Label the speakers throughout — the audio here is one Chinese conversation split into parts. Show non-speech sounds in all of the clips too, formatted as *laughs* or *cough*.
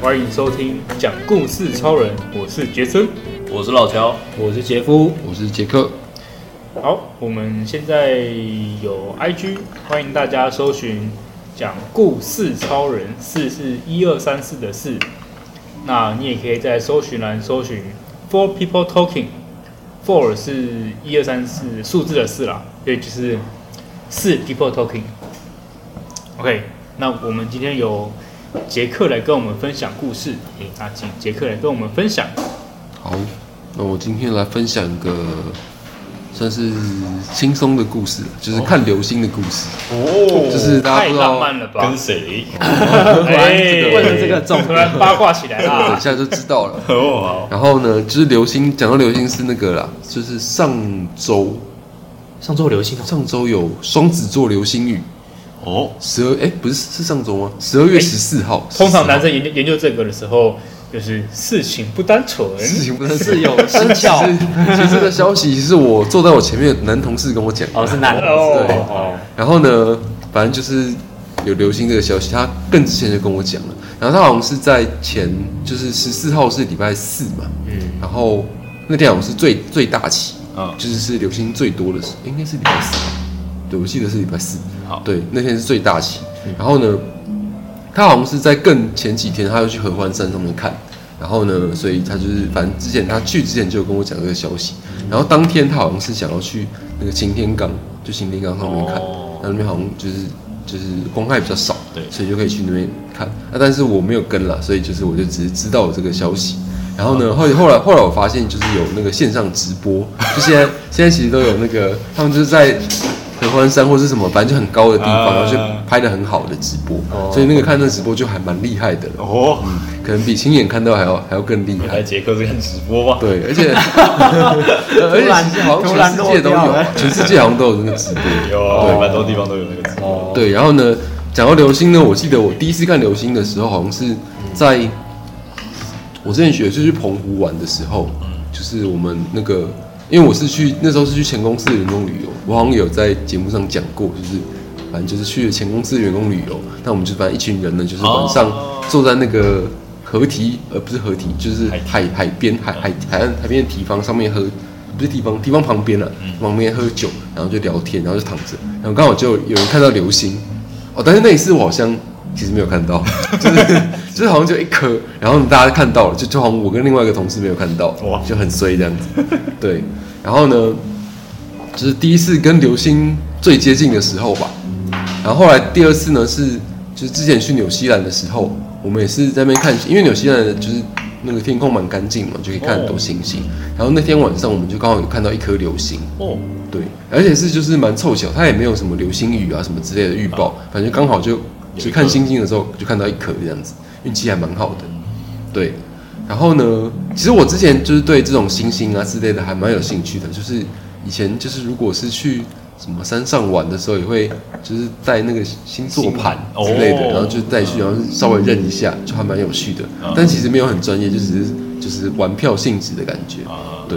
Speaker 1: 欢迎收听《讲故事超人》，我是杰森，
Speaker 2: 我是老乔，
Speaker 3: 我是杰夫。
Speaker 4: 我是杰克，
Speaker 1: 好，我们现在有 IG，欢迎大家搜寻“讲故事超人”，四是一二三四的四。那你也可以在搜寻栏搜寻 “Four People Talking”。Four 是一二三四数字的四啦，所以就是四 People Talking。OK，那我们今天有杰克来跟我们分享故事，诶，那请杰克来跟我们分享。
Speaker 4: 好，那我今天来分享一个算是轻松的故事，就是看流星的故事。
Speaker 1: 哦
Speaker 4: 就是大家
Speaker 1: 太
Speaker 4: 不知道
Speaker 1: 浪漫了吧？
Speaker 2: 跟谁？
Speaker 1: 哎，
Speaker 3: 问了这个重点
Speaker 1: 突然八卦起来
Speaker 4: 等
Speaker 1: 啦
Speaker 4: 一！下就知道了。
Speaker 2: 哦，好，
Speaker 4: 然后呢，就是流星，讲到流星是那个啦，就是上周
Speaker 3: 上周流星哦，
Speaker 4: 上周有双子座流星雨，
Speaker 2: 哦，
Speaker 4: 十二哎不是是上周吗？十二月十四号。
Speaker 1: 通常男
Speaker 4: 生
Speaker 1: 生研究研究这个的时候，就是事情不单纯，
Speaker 4: 事情不太
Speaker 3: 是有蹊跷
Speaker 4: 其实其实这个消息是我坐在我前面的男同事跟我讲的。
Speaker 3: 哦是男的，
Speaker 4: 对
Speaker 1: 哦，
Speaker 4: 然后呢，反正就是有流星这个消息，他更之前就跟我讲了。然后他好像是在前，就是十四号是礼拜四嘛，嗯，然后那天好像是最最大期，
Speaker 2: 嗯
Speaker 4: 就是是流星最多的时，应该是礼拜四，对，我记得是礼拜四，
Speaker 2: 好嗯
Speaker 4: 对，那天是最大期。然后呢，他好像是在更前几天，他又去合欢山上面看，然后呢，所以他就是反正之前他去之前就有跟我讲这个消息，然后当天他好像是想要去那个擎天岗，就擎天岗上面看，
Speaker 2: 哦
Speaker 4: 那那边好像就是就是光害比较少，
Speaker 2: 对
Speaker 4: 所以就可以去那边看。那、但是我没有跟啦，所以就是我就只是知道有这个消息。然后呢，后后来后来我发现就是有那个线上直播，就现在 *laughs* 现在其实都有那个他们就是在合欢山或是什么，反正就很高的地方，
Speaker 2: 啊
Speaker 4: 然后就拍的很好的直播，
Speaker 3: 哦
Speaker 4: 所以那个看那直播就还蛮厉害的了，
Speaker 2: 哦，
Speaker 4: 可能比亲眼看到还要还要更厉
Speaker 2: 原
Speaker 4: 害
Speaker 2: 来。杰克是看直播吗？
Speaker 4: 对，而
Speaker 3: *laughs*
Speaker 4: 且呃而且其实好
Speaker 3: 突
Speaker 4: 像
Speaker 3: 然
Speaker 4: 全世界都有
Speaker 3: 突然落掉
Speaker 4: 啊
Speaker 3: 了，
Speaker 4: 全世界好像都有那个直播。
Speaker 2: 有啊，对，蛮多地方都有那个直播。
Speaker 3: 哦，
Speaker 4: 对，然后呢，讲到流星呢，我记得我第一次看流星的时候，好像是在我之前学就去澎湖玩的时候，
Speaker 2: 嗯
Speaker 4: 就是我们那个，因为我是去那时候是去前公司的员工旅游，我好像有在节目上讲过，就是反正就是去前公司的员工旅游，那我们就反正一群人呢，就是晚上
Speaker 2: 哦
Speaker 4: 坐在那个。河堤，呃，不是河堤，就是
Speaker 2: 海堤
Speaker 4: 海
Speaker 2: 嗯
Speaker 4: 海边海海海岸海边的堤防上面喝，不是堤防，堤防旁边了、
Speaker 2: 嗯
Speaker 4: 旁边喝酒，然后就聊天，然后就躺着，然后刚好就有人看到流星，哦，但是那一次我好像其实没有看到， *laughs* 就是就是好像就一颗，然后大家看到了，就就好像我跟另外一个同事没有看到，
Speaker 2: 哇
Speaker 4: 就很衰这样子，对，然后呢，就是第一次跟流星最接近的时候吧，然后后来第二次呢是，就是之前去纽西兰的时候，我们也是在那边看，因为纽西兰的就是那个天空蛮干净嘛，就可以看很多星星。然后那天晚上我们就刚好有看到一颗流星，
Speaker 2: 哦，
Speaker 4: 对，而且是就是蛮凑巧，它也没有什么流星雨啊什么之类的预报，反正刚好就就看星星的时候就看到一颗这样子，运气还蛮好的。对，然后呢，其实我之前就是对这种星星啊之类的还蛮有兴趣的，就是以前就是如果是去什么山上玩的时候，也会就是带那个星座盘
Speaker 2: 星盘
Speaker 4: 之类的，
Speaker 2: 哦
Speaker 4: 然后就带去，然后稍微认一下，就还蛮有趣的
Speaker 2: 嗯。
Speaker 4: 但其实没有很专业，就只是就是玩票性质的感觉。
Speaker 2: 啊，
Speaker 4: 对，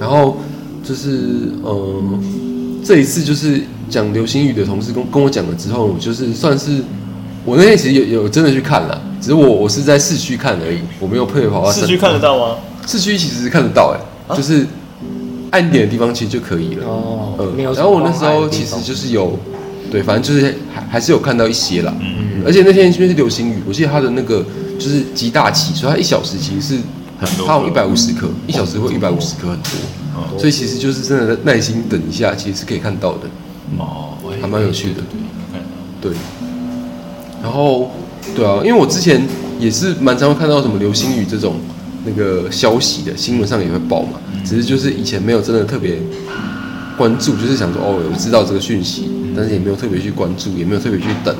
Speaker 4: 然后就是呃，这一次就是讲流星雨的同事跟跟我讲了之后，我就是算是我那天其实有有真的去看了，只是我我是在市区看而已，我没有配合跑到山
Speaker 2: 市区看得啊到吗？
Speaker 4: 市区其实是看得到哎、就是暗一点的地方其实就可以了。
Speaker 3: 哦
Speaker 4: 呃
Speaker 3: 没有什
Speaker 4: 然
Speaker 3: 么
Speaker 4: 后我那时
Speaker 3: 光害
Speaker 4: 候
Speaker 3: 的地
Speaker 4: 其实
Speaker 3: 方
Speaker 4: 就是有，对，反正就是还还是有看到一些啦。嗯而且那天因为是流星雨，我记得它的那个就是极大期，所以它一小时其实是很嗯
Speaker 2: 很多
Speaker 4: 它有一
Speaker 2: 颗
Speaker 4: 百五十颗，一小时会一百五十颗很
Speaker 2: 哦
Speaker 4: 多，所以其实就是真的耐心等一下，其实是可以看到的。
Speaker 2: 哦，
Speaker 4: 还蛮有趣的
Speaker 2: 对，
Speaker 4: 对，然后对啊，因为我之前也是蛮常会看到什么流星雨这种那个消息的，新闻上也会报嘛。只是就是以前没有真的特别关注，就是想说哦，我知道这个讯息，但是也没有特别去关注，也没有特别去等。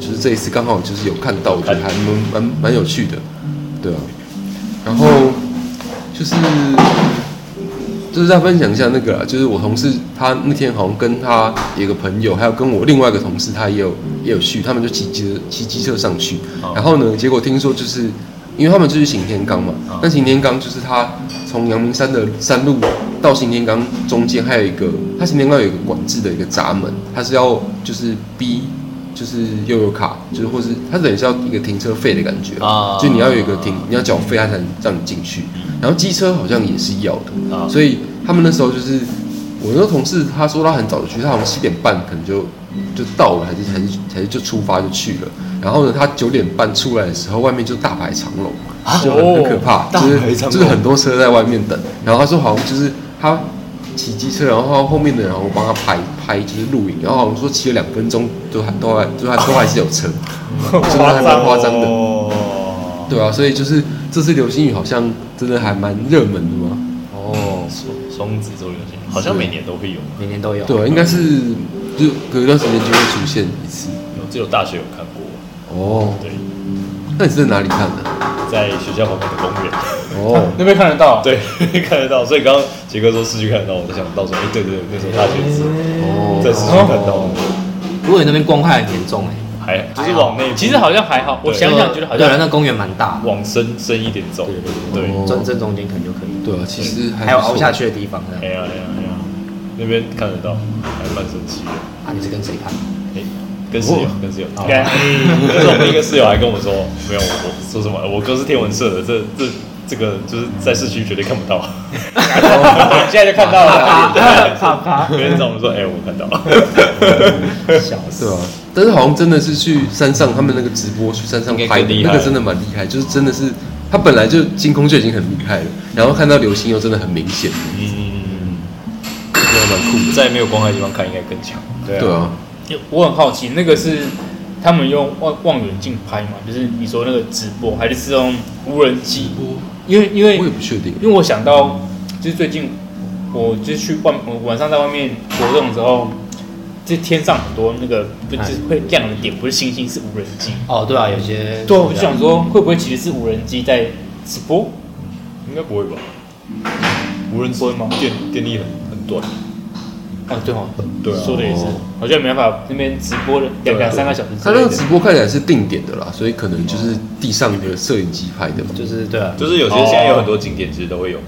Speaker 4: 就是这一次刚好就是有看到，我觉得还蛮蛮蛮有趣的，对啊。然后就是就是再分享一下那个啦，啊就是我同事他那天好像跟他有一个朋友，还有跟我另外一个同事，他也有也有去，他们就骑机骑机车上去，然后呢，结果听说就是因为他们就是行天岗嘛。但行天岗就是它从阳明山的山路到行天岗中间还有一个，它行天岗有一个管制的一个闸门，它是要就是逼。就是悠游卡，就是或是它等于是要一个停车费的感觉
Speaker 2: 啊嗯
Speaker 4: 就你要有一个停，你要缴费，它才能让你进去。然后机车好像也是要的，
Speaker 2: 啊
Speaker 4: 所以他们那时候就是我那个同事，他说他很早就去，他好像七点半可能就就到了，还是还是还是就出发就去了。然后呢，他九点半出来的时候，外面就大排长龙，
Speaker 2: 啊
Speaker 4: 就很很可怕，
Speaker 2: 大
Speaker 4: 就是
Speaker 2: 排长龙
Speaker 4: 就是很多车在外面等。然后他说好像就是他骑机车，然后后面的人然后帮他拍拍就是录影，然后好像说骑了两分钟都还都还都还都还是有 *laughs* 车，真的还蛮夸张哦的。
Speaker 2: 哦，
Speaker 4: 对啊，所以就是这次流星雨好像真的还蛮热门的嘛。
Speaker 3: 哦，
Speaker 2: 双双子座流星好像每年都会有，
Speaker 3: 每年都有。
Speaker 4: 对啊，应该是就隔一段时间就会出现一次。
Speaker 2: 有只有大学有看过，
Speaker 4: 哦，
Speaker 2: 对，
Speaker 4: 那你是在哪里看的？
Speaker 2: 在学校旁边的 *laughs* 公园，
Speaker 4: 哦，
Speaker 1: 那边看得到。啊
Speaker 2: 对，看得到。所以刚刚杰哥说市区看得到，我就想到说，哎，对对对，那时候大学是
Speaker 4: 哦
Speaker 2: 在市区看到，
Speaker 3: 如果你那边光害很严重哎、
Speaker 2: 哦还就是往内部，
Speaker 1: 其实好像还好，我
Speaker 2: 对
Speaker 1: 想想觉得好
Speaker 3: 对啊
Speaker 1: 像，
Speaker 3: 那公园蛮大的，
Speaker 2: 往深深一点走，对，
Speaker 4: 哦
Speaker 3: 转正中间可能就可以，
Speaker 4: 对啊，其实还
Speaker 3: 还有哦
Speaker 4: 不错
Speaker 3: 凹下。去的地方呢
Speaker 2: 哎。呀哎呀哎呀，那边看得到，还蛮神奇的。
Speaker 3: 啊，你是跟谁看？
Speaker 2: 哎，跟室友
Speaker 4: 哦，
Speaker 2: 跟室友，
Speaker 1: 干
Speaker 2: 那时候我们一个室友还跟我说，没有，我我说什么，我哥是天文社的，这这这个就是在市区绝对看不 *laughs* 到，
Speaker 1: *laughs* 现在就看到了，
Speaker 3: 啪啪，
Speaker 2: 别人找我们说，哎，我看到了，
Speaker 3: 笑
Speaker 4: 对
Speaker 3: 死！
Speaker 4: 啊，但是好像真的是去山上，他们那个直播去山上
Speaker 2: 应该
Speaker 4: 拍
Speaker 2: 更厉
Speaker 4: 的，
Speaker 2: 害
Speaker 4: 那个真的蛮厉害，就是真的是他本来就星空就已经很厉害了，然后看到流星又真的很明显，
Speaker 2: 嗯，
Speaker 4: 真的蛮酷的。
Speaker 2: 在没有光害的地方看应该更强，对
Speaker 4: 对啊，
Speaker 1: 我很好奇，那个是他们用望望远镜拍嘛？就是你说那个直播，还是是用无人机？因为因为
Speaker 4: 我也不确定。
Speaker 1: 因为我想到，就是最近我就是去外我晚上在外面活动的时候，就天上很多那个不就是会亮的点，不是星星是无人机。
Speaker 3: 哦，对啊，有些
Speaker 1: 对啊，我就想说会不会其实是无人机在直播？
Speaker 2: 应该不会吧？无人
Speaker 1: 不会吗
Speaker 2: 电电力很很短，
Speaker 1: 哦，对哦，
Speaker 2: 对啊
Speaker 1: 说的也是，好像没办法那边直播了
Speaker 2: 对
Speaker 1: 两
Speaker 2: 啊
Speaker 1: 两三个小时之
Speaker 4: 他
Speaker 1: 类
Speaker 4: 那个
Speaker 1: 的。
Speaker 4: 直播看起来是定点的啦，所以可能就是地上的摄影机拍的嘛。
Speaker 3: 就是对啊，
Speaker 2: 就是有些现在有很多景点其实都会有，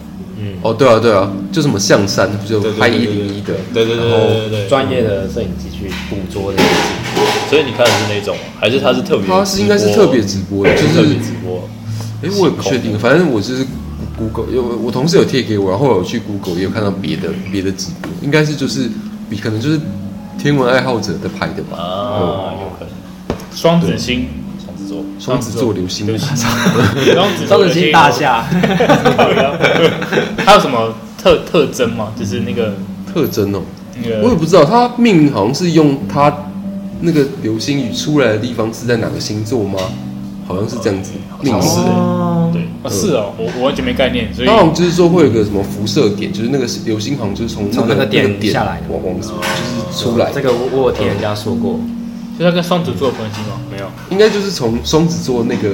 Speaker 3: 嗯，
Speaker 4: 哦，对啊，对啊，就什么象山，不是有
Speaker 2: 对对
Speaker 4: 拍
Speaker 2: 对
Speaker 4: 一
Speaker 2: 对
Speaker 4: 零一的，
Speaker 2: 对对对
Speaker 4: 然后
Speaker 2: 对对对，
Speaker 3: 专业的摄影机去捕捉这些事情。
Speaker 2: 所以你看的是那种，还是它是特别直播？
Speaker 4: 它啊是应该是特别直播的就是
Speaker 2: 特别直播。
Speaker 4: 哎，我也不确定，反正我就是 Google，有我同事有贴给我，然后我有去 Google 也有看到别的别的直播，应该是就是比可能就是天文爱好者在拍的吧。
Speaker 2: 啊，有可能
Speaker 1: 双子星，
Speaker 2: 双子座。
Speaker 4: 双子座流星，
Speaker 1: 双子
Speaker 3: 双
Speaker 1: 座
Speaker 3: 子星大，厦，
Speaker 1: 还有什么特特征吗？就是那个
Speaker 4: 特征哦，
Speaker 1: 那个
Speaker 4: 我也不知道，它命名好像是用它那个流星雨出来的地方是在哪个星座吗？好像是这样子命名
Speaker 2: 是
Speaker 4: 的。
Speaker 3: 哦
Speaker 2: 对，
Speaker 1: 哦是哦，我我完全没概念，所以
Speaker 4: 它好像就是说会有个什么辐射点，就是那个流星好像就是从
Speaker 3: 从
Speaker 4: 那
Speaker 3: 那
Speaker 4: 个
Speaker 3: 个
Speaker 4: 那个
Speaker 3: 点下来的哦
Speaker 4: 往往就是出来
Speaker 3: 这，个我我有听人家说过，
Speaker 1: 所以它跟双子座有关系吗？没有，
Speaker 4: 应该就是从双子座那个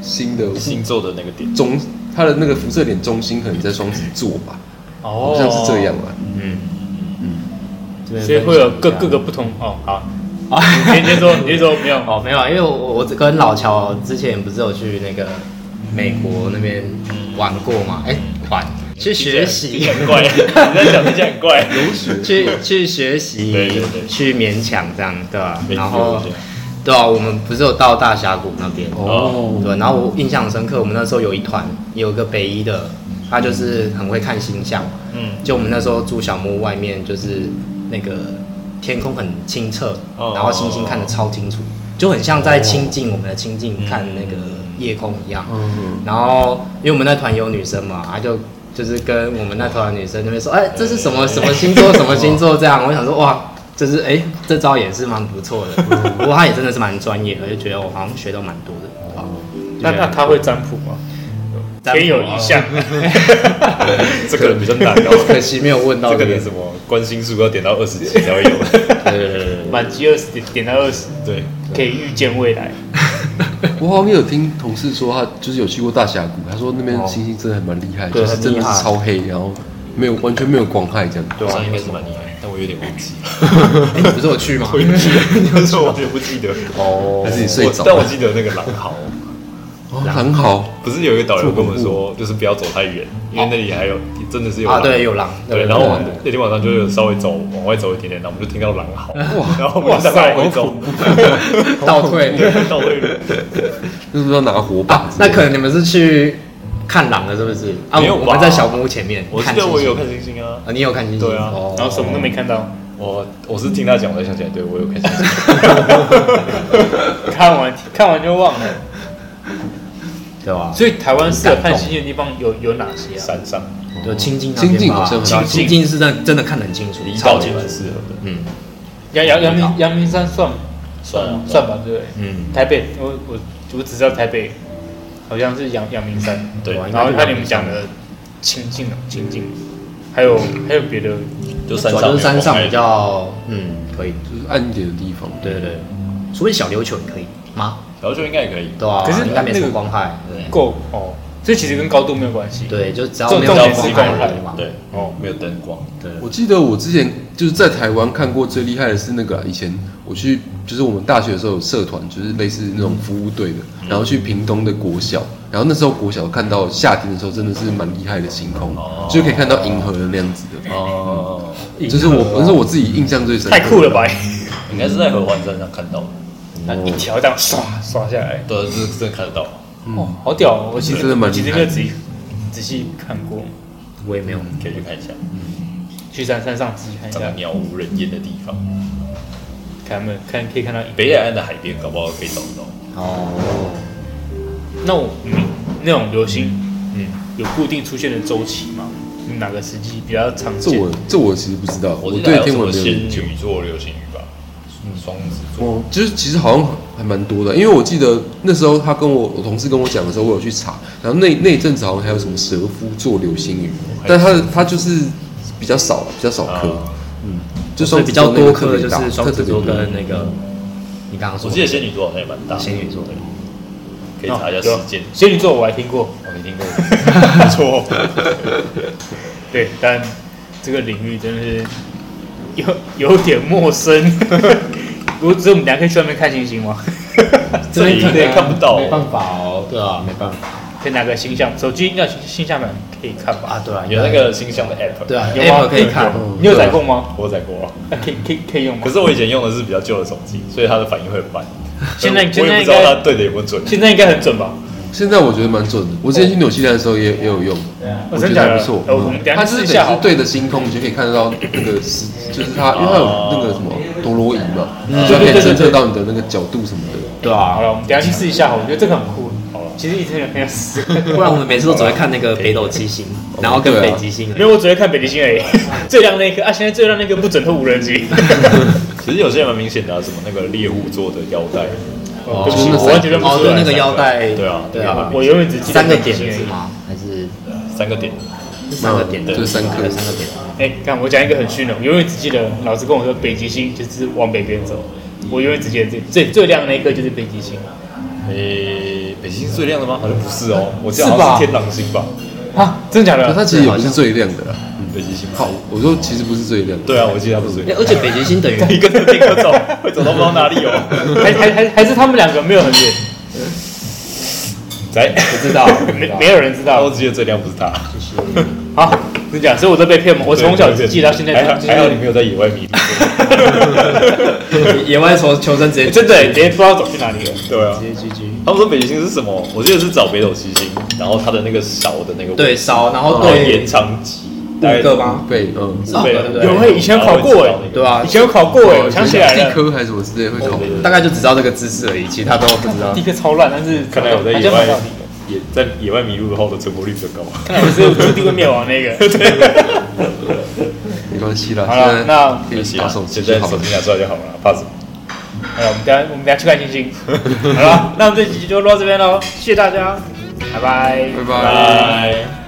Speaker 4: 新的
Speaker 2: 星座的那个点，
Speaker 4: 中，它的那个辐射点中心可能在双子座吧，
Speaker 1: 哦
Speaker 4: 好像是这样。啊吧。
Speaker 3: 嗯嗯，
Speaker 1: 所以会有各
Speaker 3: *laughs*
Speaker 1: 各个不同哦。好，
Speaker 3: 啊，
Speaker 1: 你先先说，你先说没有。
Speaker 3: 哦，没有啊，因为我我跟老乔之前不是有去那个美国那边玩过嘛？哎、玩去学
Speaker 2: 听起
Speaker 3: 习
Speaker 2: 来，很怪，你在讲听起来很怪。
Speaker 3: *laughs* 去去学习，
Speaker 2: 对对对
Speaker 3: 去勉强这样，对吧、
Speaker 2: 勉强
Speaker 3: 然后
Speaker 2: 勉强，
Speaker 3: 对啊，我们不是有到大峡谷那边？
Speaker 2: 哦
Speaker 3: 对，然后我印象很深刻，我们那时候有一团，有一个北一的，他就是很会看星象。
Speaker 2: 嗯，
Speaker 3: 就我们那时候住小木屋外面，就是那个天空很清澈，
Speaker 2: 哦
Speaker 3: 然后星星看得超清楚，就很像在亲近我们的亲近看那个夜空一样。
Speaker 4: 嗯，
Speaker 3: 然后因为我们那团有女生嘛，她就就是跟我们那团的女生那边说，哎、这是什么什么星座，什么星座这样。我想说，哇，就是哎、这招也是蛮不错 *laughs* 的。不过她也真的是蛮专业的，我就觉得我好像学到蛮多的。啊
Speaker 1: 那那他会占卜吗？天有异象，
Speaker 2: 这个比较难哦，
Speaker 3: 可惜没有问到
Speaker 2: 这个
Speaker 3: 这
Speaker 2: 点
Speaker 3: 个。
Speaker 2: 什么关心数要点到二十级才会有。
Speaker 3: 对对对对对
Speaker 1: 满级二十点点到二十，
Speaker 2: 对，
Speaker 1: 可以预见未来。
Speaker 4: 我好像有听同事说，他就是有去过大峡谷，他说那边星星真的还蛮厉害，
Speaker 3: 哦对
Speaker 4: 就是真的是超黑，然后没有完全没有光害这样。
Speaker 3: 哦
Speaker 2: 对啊，应该是蛮厉害，但我有点忘记了，
Speaker 3: 哎你不是有去吗？
Speaker 2: 我 *laughs* 有点记得，但是我完全不记得。
Speaker 3: 哦
Speaker 4: 还是你睡着
Speaker 2: 我但我记得那个狼嚎，
Speaker 4: 哦哦狼嚎，
Speaker 2: 不是有一个导游跟我们说，就是不要走太远，因为那里还有真的是有
Speaker 3: 啊，
Speaker 2: 狼
Speaker 3: 对，有狼，
Speaker 2: 对，
Speaker 3: 不 *laughs*
Speaker 2: 然后我们
Speaker 3: 对
Speaker 2: 那天晚上就稍微走往外走一点点，然后我们就听到狼嚎，然后我们就往回走，
Speaker 3: 倒退，
Speaker 2: 对，到位了。
Speaker 4: 那是不是要拿火把
Speaker 3: 啊？那可能你们是去看狼的，是不是？啊，
Speaker 2: 没有
Speaker 3: 我
Speaker 2: 吧
Speaker 3: 们在小木屋前面
Speaker 2: 我记
Speaker 3: 看
Speaker 2: 得
Speaker 3: 星
Speaker 2: 我有
Speaker 3: 星。
Speaker 2: 看星星啊，
Speaker 3: 啊，你有看星星？
Speaker 2: 对啊
Speaker 3: 哦
Speaker 1: 然后什么都没看到，
Speaker 2: 我我是听他讲，我才想起来，对我有看星星。
Speaker 1: 看完看完就忘了。
Speaker 3: 对吧？
Speaker 1: 所以台湾适合看星星的地方有有哪些啊？
Speaker 2: 山上
Speaker 3: 就清境那
Speaker 4: 清境
Speaker 3: 边吧，
Speaker 4: 好像很
Speaker 3: 清
Speaker 4: 好
Speaker 3: 清境是真的真的看得很清楚，
Speaker 2: 离
Speaker 3: 超
Speaker 2: 岛
Speaker 3: 级
Speaker 2: 也蛮适合的，
Speaker 3: 嗯
Speaker 1: 阳阳阳明阳明山算
Speaker 2: 算了
Speaker 1: 算吧，对不对？
Speaker 3: 嗯，
Speaker 1: 台北，我我我只知道台北，好像是阳阳明山，
Speaker 2: 对
Speaker 3: 对吧应该
Speaker 1: 然后
Speaker 3: 是
Speaker 1: 看你们讲的清近啊，清近，还有还有别的，
Speaker 2: 就
Speaker 3: 主
Speaker 2: 山
Speaker 3: 要
Speaker 2: 上
Speaker 3: 就是山上比较嗯可以，
Speaker 4: 就是暗一点的地方。
Speaker 3: 对对对，除非小琉球也可以吗？
Speaker 2: 小球应该也可以，
Speaker 3: 对啊，
Speaker 1: 可是
Speaker 3: 应该没什
Speaker 1: 那个
Speaker 3: 么光害，对不
Speaker 1: 够哦，这其实跟高度没有关系。
Speaker 3: 对，对，就只要
Speaker 1: 重
Speaker 3: 没有
Speaker 1: 重
Speaker 3: 光
Speaker 1: 点是光
Speaker 3: 害
Speaker 1: 害
Speaker 3: 的嘛，
Speaker 2: 对，哦，没有灯光，
Speaker 3: 对，
Speaker 4: 我记得我之前就是在台湾看过最厉害的是那个啊、以前我去就是我们大学的时候有社团，就是类似那种服务队的，然后去屏东的国小，然后那时候国小看到夏天的时候真的是蛮厉害的星空，
Speaker 2: 哦
Speaker 4: 就可以看到银河的那样子的，
Speaker 2: 哦，
Speaker 4: 就是我那是我自己印象最深刻的。
Speaker 1: 太酷了吧！
Speaker 2: 应该是在合欢山上看到的，
Speaker 1: *laughs* 那一条这样刷刷下来，
Speaker 2: 对，这是真的看得到，
Speaker 1: 哦，
Speaker 4: 嗯
Speaker 1: 好屌哦！我其实
Speaker 4: 真的蛮
Speaker 1: 我其实
Speaker 4: 厉
Speaker 1: 没
Speaker 4: 害
Speaker 1: 有仔细仔细看过，
Speaker 3: 我也没有。
Speaker 4: 嗯
Speaker 2: 可以去看一下，
Speaker 1: 去山山上仔细看一
Speaker 2: 找
Speaker 1: 下
Speaker 2: 个，鸟无人烟的地方，
Speaker 1: 看他们看可以看到一
Speaker 2: 北海岸的海边搞不好可以找得到。
Speaker 3: 哦，
Speaker 1: 那我嗯，那种流星，嗯，有固定出现的周期吗？哪个时期比较常
Speaker 4: 这
Speaker 1: 见？哦
Speaker 4: 我这我其实不知道，我
Speaker 2: 记得
Speaker 4: 对
Speaker 2: 还有
Speaker 4: 天
Speaker 2: 什么
Speaker 4: 文没有
Speaker 2: 仙
Speaker 4: 研究。
Speaker 2: 女座流星雨吧，双子座，
Speaker 4: 哦，就是其实好像还蛮多的，因为我记得那时候他跟我我同事跟我讲的时候，我有去查，然后那那一阵子好像还有什么蛇夫座流星雨，
Speaker 3: 哦
Speaker 4: 但它的它就是比较少，比较少颗，
Speaker 2: 啊
Speaker 4: 嗯，就
Speaker 3: 所
Speaker 4: 双
Speaker 3: 以
Speaker 4: 子
Speaker 3: 比
Speaker 4: 座
Speaker 3: 较
Speaker 4: 那个
Speaker 3: 多
Speaker 4: 特
Speaker 3: 颗
Speaker 4: 别
Speaker 3: 就
Speaker 4: 大
Speaker 3: 是双子座
Speaker 4: 特别多
Speaker 3: 跟那个你刚刚说
Speaker 2: 我
Speaker 3: 的
Speaker 2: 记得仙女座好像也蛮大的，
Speaker 3: 仙女座
Speaker 2: 对，可以查一下时间
Speaker 1: 哦有。仙女座我还听过，
Speaker 2: 我没听过，没错，
Speaker 1: *laughs* 对，但这个领域真的是有有点陌生。如果只有我们俩可以去外面看星星吗？
Speaker 2: *laughs*
Speaker 1: *laughs*
Speaker 2: 这里
Speaker 3: 可
Speaker 2: 可能看不到
Speaker 3: 没办法哦，对啊，没办法
Speaker 1: 可以拿个星象，手机应该有星象版可以看吧？
Speaker 3: 啊，对啊，
Speaker 2: 有那个星象的 app，
Speaker 3: 对啊
Speaker 1: 有
Speaker 3: ，app
Speaker 1: 吗？
Speaker 3: 可以看，
Speaker 1: 有你有载过吗？
Speaker 2: 我载过啊。
Speaker 1: 啊可以可以可以用吗
Speaker 2: 可？是我以前用的是比较旧的手机，所以它的反应会很慢。
Speaker 1: 现在
Speaker 2: 所以我也不
Speaker 1: 现
Speaker 2: 知
Speaker 1: 在
Speaker 2: 道
Speaker 1: 应该
Speaker 2: 它对的有没有准。
Speaker 1: 现在应该很准吧？
Speaker 4: 现在我觉得蛮准的，我之前去纽西兰的时候也也有用，
Speaker 3: 哦
Speaker 1: 我
Speaker 4: 我觉
Speaker 1: 真的
Speaker 4: 得
Speaker 1: 假
Speaker 4: 还
Speaker 1: 的
Speaker 4: 不错。
Speaker 1: 呃我们
Speaker 4: 嗯
Speaker 1: 等一
Speaker 4: 它
Speaker 1: 下
Speaker 4: 就是
Speaker 1: 试一
Speaker 4: 等于
Speaker 1: 下好
Speaker 4: 是
Speaker 1: 了。
Speaker 4: 对着星空，你就可以看得到那个时，就是它，因为它有那个什么陀螺仪嘛，
Speaker 3: 哦
Speaker 4: 就可以侦测到你的那个角度什么
Speaker 3: *laughs*
Speaker 4: 的。
Speaker 3: 对
Speaker 1: 好
Speaker 3: 啊，
Speaker 1: 了，我们等一下去试一下好了，我觉得这个很酷。
Speaker 2: 好了
Speaker 1: 其实以前有很有试，
Speaker 3: 不然我们每次都只会看那个北斗七星，然后跟北极星而已
Speaker 1: 没有，我只会看北极星而已。 *laughs* 最亮那一颗啊，现在最亮那颗不准，都无人机。
Speaker 2: 其实有些蛮明显的、啊，什么那个猎户座的腰带，
Speaker 1: 哦对不
Speaker 4: 就是
Speaker 1: 起，
Speaker 4: 那
Speaker 1: 我完全认不
Speaker 3: 哦，
Speaker 1: 出
Speaker 3: 就
Speaker 1: 来。
Speaker 3: 那个腰带，
Speaker 2: 对啊
Speaker 3: 对啊，
Speaker 1: 我永远只记得
Speaker 3: 三个
Speaker 1: 北极
Speaker 3: 点
Speaker 1: 星而
Speaker 3: 是
Speaker 1: 已。
Speaker 3: 吗？还是
Speaker 2: 三个点，
Speaker 3: 是三个点？
Speaker 4: 嗯就是三颗
Speaker 3: 对三个点。
Speaker 1: 哎，看我讲一个很虚的，我永远只记得老师跟我说北极星就是往北边走，我永远只记得最最最亮的那一颗就是北极星
Speaker 2: 诶、北极星是最亮的吗？好像不是哦，我记得
Speaker 1: 是吧
Speaker 2: 好像是天狼星吧，
Speaker 1: 啊，真的假
Speaker 4: 可它
Speaker 1: 的？
Speaker 4: 其实也不是最亮的啦。
Speaker 2: 嗯北极星吧。
Speaker 4: 好，我说其实不是最亮的。
Speaker 2: 对啊，我记得它不是最
Speaker 3: 哎
Speaker 2: 亮。
Speaker 3: 而且北极星等于
Speaker 2: *laughs* 一个一个走，会走到不知道哪里哦。
Speaker 1: 还还还还是他们两个没有很远，
Speaker 2: 来， *laughs*
Speaker 3: 不知道，
Speaker 1: 啊没没有人知
Speaker 2: 大家都
Speaker 1: 道。
Speaker 2: 记得最亮不是它。
Speaker 1: 好，真假？所以我都被骗吗？我从小只记到现在
Speaker 2: 还好
Speaker 1: 就
Speaker 2: 还好你
Speaker 1: 是。
Speaker 2: 没有在野外迷路。
Speaker 3: 野外求求生直接
Speaker 1: 真的直接不知道走去哪里了。
Speaker 2: 对啊，
Speaker 3: 接 GG。
Speaker 2: 他们说北极星是什么？我记得是找北斗七星，然后它的那个勺的那个
Speaker 3: 对烧，然后
Speaker 2: 然后
Speaker 3: 对
Speaker 2: 延长级大概
Speaker 3: 五个吗？
Speaker 4: 对，嗯，
Speaker 3: 少
Speaker 2: 对
Speaker 3: 个对不
Speaker 1: 有
Speaker 3: 对？
Speaker 1: 会以前考过哎
Speaker 3: 对啊吧
Speaker 1: 以？前有考过哎，我
Speaker 4: 我
Speaker 1: 想起来
Speaker 4: 地
Speaker 1: 了，
Speaker 4: 科还是什么之类会考。
Speaker 3: 大概就只知道这个知识而已，其他都不知道
Speaker 1: 第。一个超烂，但是
Speaker 2: 看来我在
Speaker 1: 好
Speaker 2: 野
Speaker 1: 像蛮
Speaker 2: 外
Speaker 1: 有道理的
Speaker 2: 也在野外迷路的话，我的成功率比较高。
Speaker 1: 看来我是注定会灭亡那 *laughs* 个。
Speaker 4: 没关系啦，
Speaker 1: 好了
Speaker 4: 现在
Speaker 1: 那
Speaker 4: 可以打手机
Speaker 2: 啊现
Speaker 4: 就
Speaker 2: 在
Speaker 4: 好
Speaker 2: 手
Speaker 4: 了
Speaker 2: 机。拿出来就好了，怕什么？
Speaker 1: 好哎了，我们等一下我们等一下去看星星。好了，那我们这集就录到这边喽，谢谢大家，拜拜。
Speaker 4: 拜拜。
Speaker 2: 拜。